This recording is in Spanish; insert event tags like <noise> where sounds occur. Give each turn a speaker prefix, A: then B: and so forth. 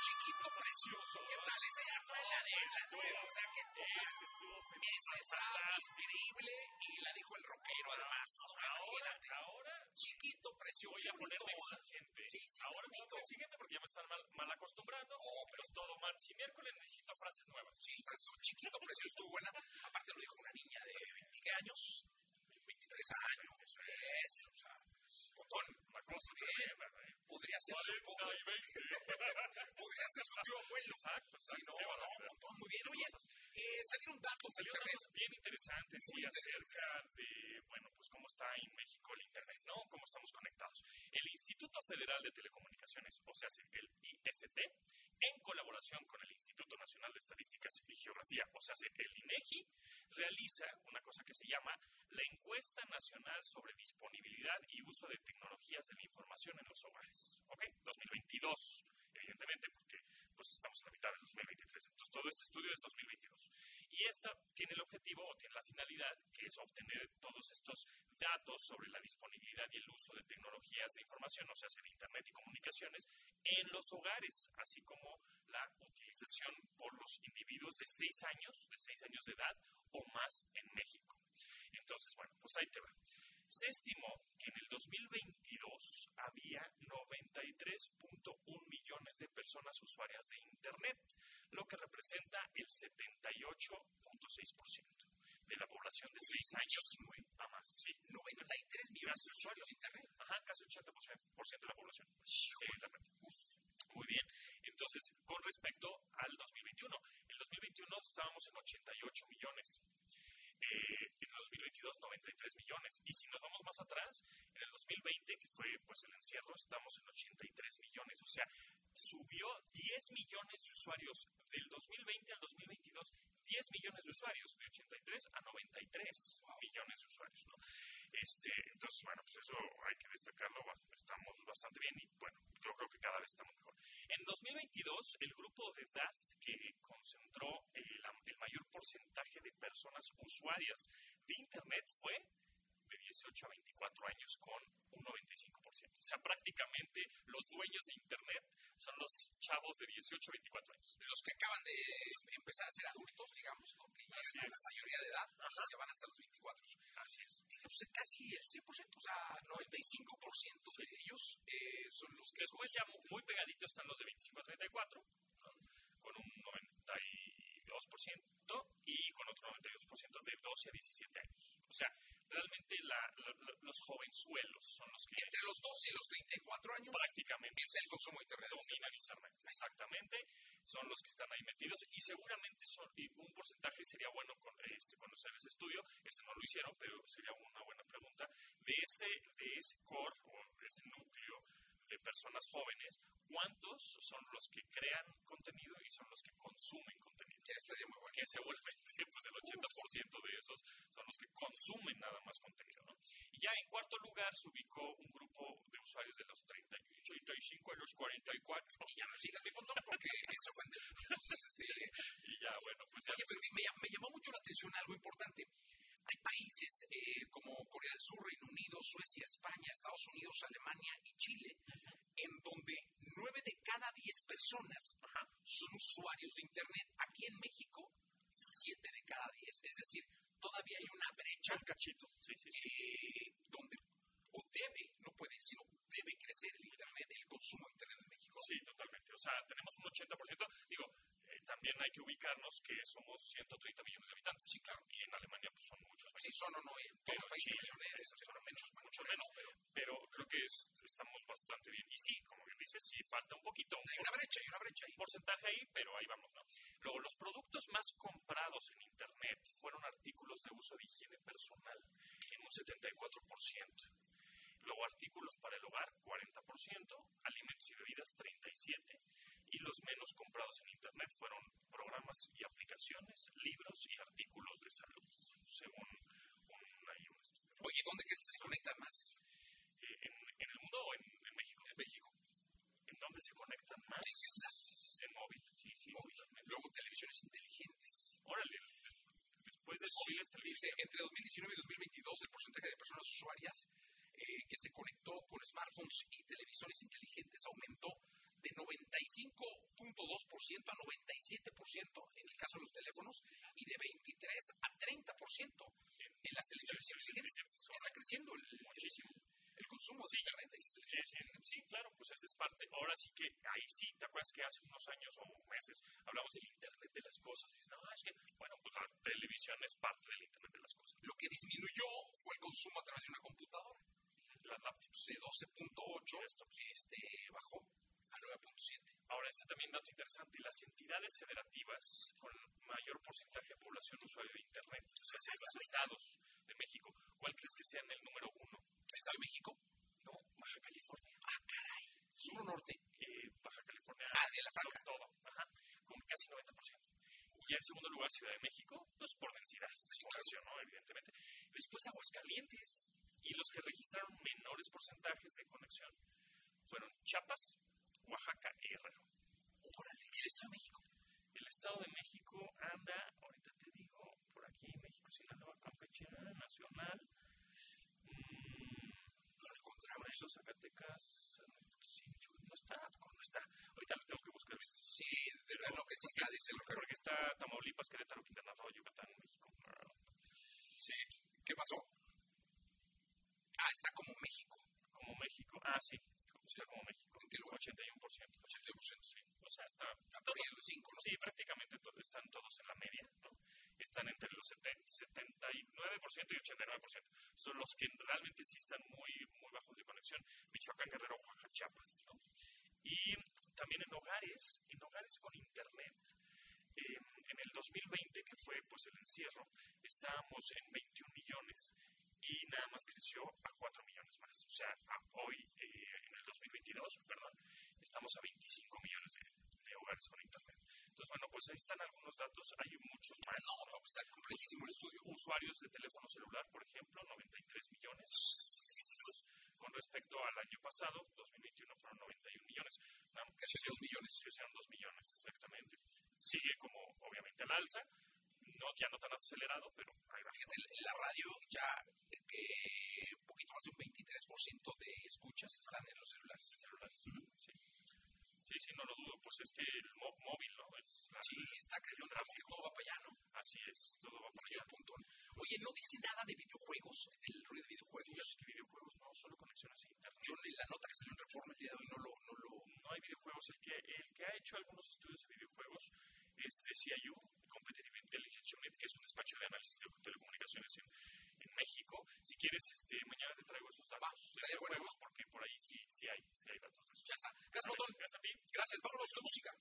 A: chiquito precioso. ¿Qué tal? Esa ya fue la de la nueva. O sea, qué cosa.
B: estuvo
A: Esa está increíble y la dijo el rockero además.
B: Ahora,
A: Imagínate.
B: ahora
A: Chiquito precioso.
B: voy
A: qué
B: a ponerme
A: bonito.
B: exigente.
A: Sí, sí,
B: ahora
A: qué
B: me
A: bonito. Oh,
B: pongo exigente porque ya me están mal, mal acostumbrando. Entonces todo martes y miércoles necesito frases nuevas.
A: Sí, pero su chiquito precio estuvo buena. Aparte lo dijo una niña de 20 ¿qué años, 23 años. Es, o sea, botón.
B: Una cosa
A: Bien.
B: tremenda. ¿eh?
A: Podría ser su,
B: 40 y 20.
A: podría ser
B: <laughs>
A: su tío abuelo.
B: Exacto, exacto.
A: Sí, no,
B: Qué
A: no,
B: barbaridad.
A: botón, muy bien. Oye, eh, salieron datos del
B: Salieron
A: terreno.
B: datos Pues bien interesantes sí,
A: Muy
B: acerca de, bueno, pues cómo está en México el Internet, ¿no? Cómo estamos conectados. El Instituto Federal de Telecomunicaciones, o sea, el IFT, en colaboración con el Instituto Nacional de Estadísticas y Geografía, o sea, el INEGI, realiza una cosa que se llama la Encuesta Nacional sobre Disponibilidad y Uso de Tecnologías de la Información en los Hogares, ¿ok? 2022, evidentemente, porque pues estamos en la mitad del 2023. Entonces, todo este estudio es 2022. Y esta tiene el objetivo o tiene la finalidad que es obtener todos estos datos sobre la disponibilidad y el uso de tecnologías de información, o sea, de Internet y comunicaciones, en los hogares, así como la utilización por los individuos de 6 años, de 6 años de edad o más en México. Entonces, bueno, pues ahí te va. Se estimó que en el 2022 había 93.1 millones de personas usuarias de Internet, lo que representa el 78.6% de la población de 6 años a más. Sí,
A: 93 millones de usuarios de Internet.
B: Ajá, casi 80% de la población. de Internet. Muy bien. Entonces, con respecto al 2021, el 2021 estábamos en 88 millones. Eh, en el 2022, 93 millones. Y si nos vamos más atrás, en el 2020, que fue pues el encierro, estamos en 83 millones. O sea, subió 10 millones de usuarios del 2020 al 2022. 10 millones de usuarios, de 83 a 93 millones de usuarios. ¿no? Este, entonces, bueno, pues eso hay que destacarlo, ba- pues, estamos bastante bien y bueno, yo creo que cada vez estamos mejor. En 2022, el grupo de edad que concentró eh, la- el mayor porcentaje de personas usuarias de Internet fue de 18 a 24 años con un 95%. O sea, prácticamente los dueños de Internet son los chavos de 18 a 24 años.
A: Los que acaban de empezar a ser adultos, digamos, ¿no? que ya
B: Así
A: están a la
B: es.
A: mayoría de edad, pues,
B: Ajá.
A: se van hasta los 24.
B: Así es.
A: Tiene, pues, casi el 100%, o sea, 95% de ellos eh, son los que...
B: Después ya mu- muy pegaditos están los de 25 a 34, ¿no? con un 92% y con otro 92% de 12 a 17 años. O sea, realmente la- la- la- los jovenzuelos son los que
A: Entre los 12 y los 34 años
B: prácticamente
A: es el consumo de Internet.
B: dominan Internet. Exactamente, son los que están ahí metidos y seguramente son, y un porcentaje sería bueno con- este, conocer ese estudio, ese no lo hicieron, pero sería una buena pregunta, de ese, de ese core o de ese núcleo de personas jóvenes, ¿cuántos son los que crean contenido y son los que consumen contenido?
A: Ya estaría muy bueno.
B: que <laughs> seguramente pues el 80% de esos son los que consumen nada más contenido. ¿no? Y ya en cuarto lugar se ubicó un grupo de usuarios de los 30 y 35 a los 44.
A: Y ya no sigas mi botón porque eso ofende. Entonces, este,
B: <laughs> Y ya, bueno, pues ya
A: Oye, pero me, llam- me llamó mucho la atención algo importante. Hay países eh, como Corea del Sur, Reino Unido, Suecia, España, Estados Unidos, Alemania y Chile, en donde nueve de cada diez personas
B: Ajá.
A: son usuarios de Internet. Aquí en México, siete de cada diez. Es decir, todavía hay una brecha
B: un cachito. Sí, sí, sí.
A: eh, donde, o debe, no puede, sino debe crecer el Internet, el consumo de Internet en México.
B: Sí, totalmente. O sea, tenemos un 80%. Digo, eh, también hay que ubicarnos que somos 130 millones de habitantes. Sí, claro. Y en Alemania pues son muchos.
A: Sí, son o no, en todos
B: Pero
A: los países
B: Chile,
A: mencioné, son menos,
B: mucho menos, pero, pero creo que es- estamos bastante bien. Y sí, como bien dices, sí falta un poquito, un
A: Hay una brecha, hay una brecha ahí.
B: porcentaje ahí, pero ahí vamos, ¿no? Luego, los productos más comprados en Internet fueron artículos de uso de higiene personal en un 74%. Luego, artículos para el hogar, 40%, alimentos y bebidas, 37%. Y los menos comprados en Internet fueron programas y aplicaciones, libros y artículos de salud, según un, ahí un estudio. ¿no?
A: Oye, ¿dónde crees que se conectan más?
B: Eh, en, en el mundo o en, en México? En México. ¿En dónde se conectan más? En móvil. Sí, sí, totalmente.
A: Luego televisiones inteligentes.
B: Órale, después de Chile este hasta el
A: Dice, entre 2019 y 2022, el porcentaje de personas usuarias eh, que se conectó con smartphones y televisores inteligentes aumentó de 95.2 a 97% en el caso de los teléfonos y de 23 a 30% en las televisiones.
B: Sí, sí, sí,
A: inteligentes.
B: sí, sí, sí.
A: Está creciendo el, el- el consumo de
B: Sí,
A: Internet. y de
B: Eh,
A: televisiones
B: eh,
A: inteligentes.
B: Sí, claro, pues esa es parte. Ahora sí que ahí sí, ¿te acuerdas que hace unos años o meses hablamos del Internet de las cosas? Y dices, no, es que, bueno, pues la televisión es parte del Internet de las cosas.
A: Lo que disminuyó fue el consumo a través de una computadora.
B: Las laptops.
A: De 12.8 este, bajó a 9.7.
B: Ahora, este también dato interesante. Las entidades federativas con mayor porcentaje de población usuario de Internet, o sea, si los estados de México, ¿cuál crees que sean el número uno?
A: ¿Está en México?
B: No, Baja California.
A: Sur o norte.
B: eh, Baja California.
A: Ah, de la franja.
B: to- Todo, ajá, con casi 90%. Y ya en segundo lugar Ciudad de México, pues por densidad, población, ¿no? Evidentemente. Después Aguascalientes. Y los que registraron menores porcentajes de conexión fueron Chiapas, Oaxaca e y Herrero.
A: Órale, ¿y el Estado de México?
B: El Estado de México anda, ahorita te digo, por aquí México, Sinaloa, Campeche, Nacional, mm,
A: No lo encontramos.
B: Morelos, Zacatecas, San Luis Potosí, Chihuahua. no está, ¿cómo no está? Ahorita lo tengo que buscar.
A: Sí, de verdad, no, que sí está, dice lo peor.
B: Porque está Tamaulipas, Querétaro, Quintana Roo, Yucatán, México. Colorado.
A: Sí. ¿Qué pasó? Ah, está como México.
B: Como México. Ah, sí. Está como México.
A: ¿En qué lugar?
B: 81%.
A: 82%.
B: Sí. O sea, está.
A: Está
B: todos-
A: perdiendo 5, ¿no?
B: sí, prácticamente to- están todos en la media, ¿no? Están entre los 70 79% y 89%. Son los que realmente sí están muy, muy bajos de conexión. Michoacán, Guerrero, Oaxaca, Chiapas, ¿no? Y también en hogares, en hogares con internet. eh, en el 2020, que fue pues el encierro, estábamos en 21 millones y nada más creció a 4 millones más. O sea, a- hoy, eh, en el 2022, perdón, estamos a 25 millones de, de hogares con internet. Entonces, bueno, pues ahí están algunos datos, hay muchos más.
A: No, no, pues está completísimo el estudio.
B: Usuarios de teléfono celular, por ejemplo, 93 millones. Con respecto al año pasado, 2021 fueron 91 millones. Nada más
A: Casi 2 millones.
B: crecieron 2 millones exactamente. Sigue como obviamente al alza, no, ya no tan acelerado, pero ahí va.
A: Fíjate, en la radio ya eh, un poquito más de un 23% de escuchas están en los celulares.
B: Celulares, sí. Sí, sí, no lo dudo, pues es que el mó- móvil, ¿no? Es la-
A: Sí, está cañón, como que todo va para allá, ¿no?
B: Así es, todo va para
A: Porque
B: allá.
A: un montón. Oye, no dice nada de videojuegos, del ruido de videojuegos.
B: Fíjate que videojuegos no, solo conexiones a internet.
A: Yo en la nota que salió en Reforma el día de hoy no lo... No lo
B: no hay videojuegos. El que, el que ha hecho algunos estudios de videojuegos es de CIU, Competitive Intelligence Unit, que es un despacho de análisis de telecomunicaciones en, en México. Si quieres, este, mañana te traigo esos datos de
A: estaría bueno.
B: videojuegos porque por ahí sí, sí, hay, sí hay datos de eso.
A: ya está. Gracias, Botón.
B: Gracias a ti.
A: Gracias, vámonos con música.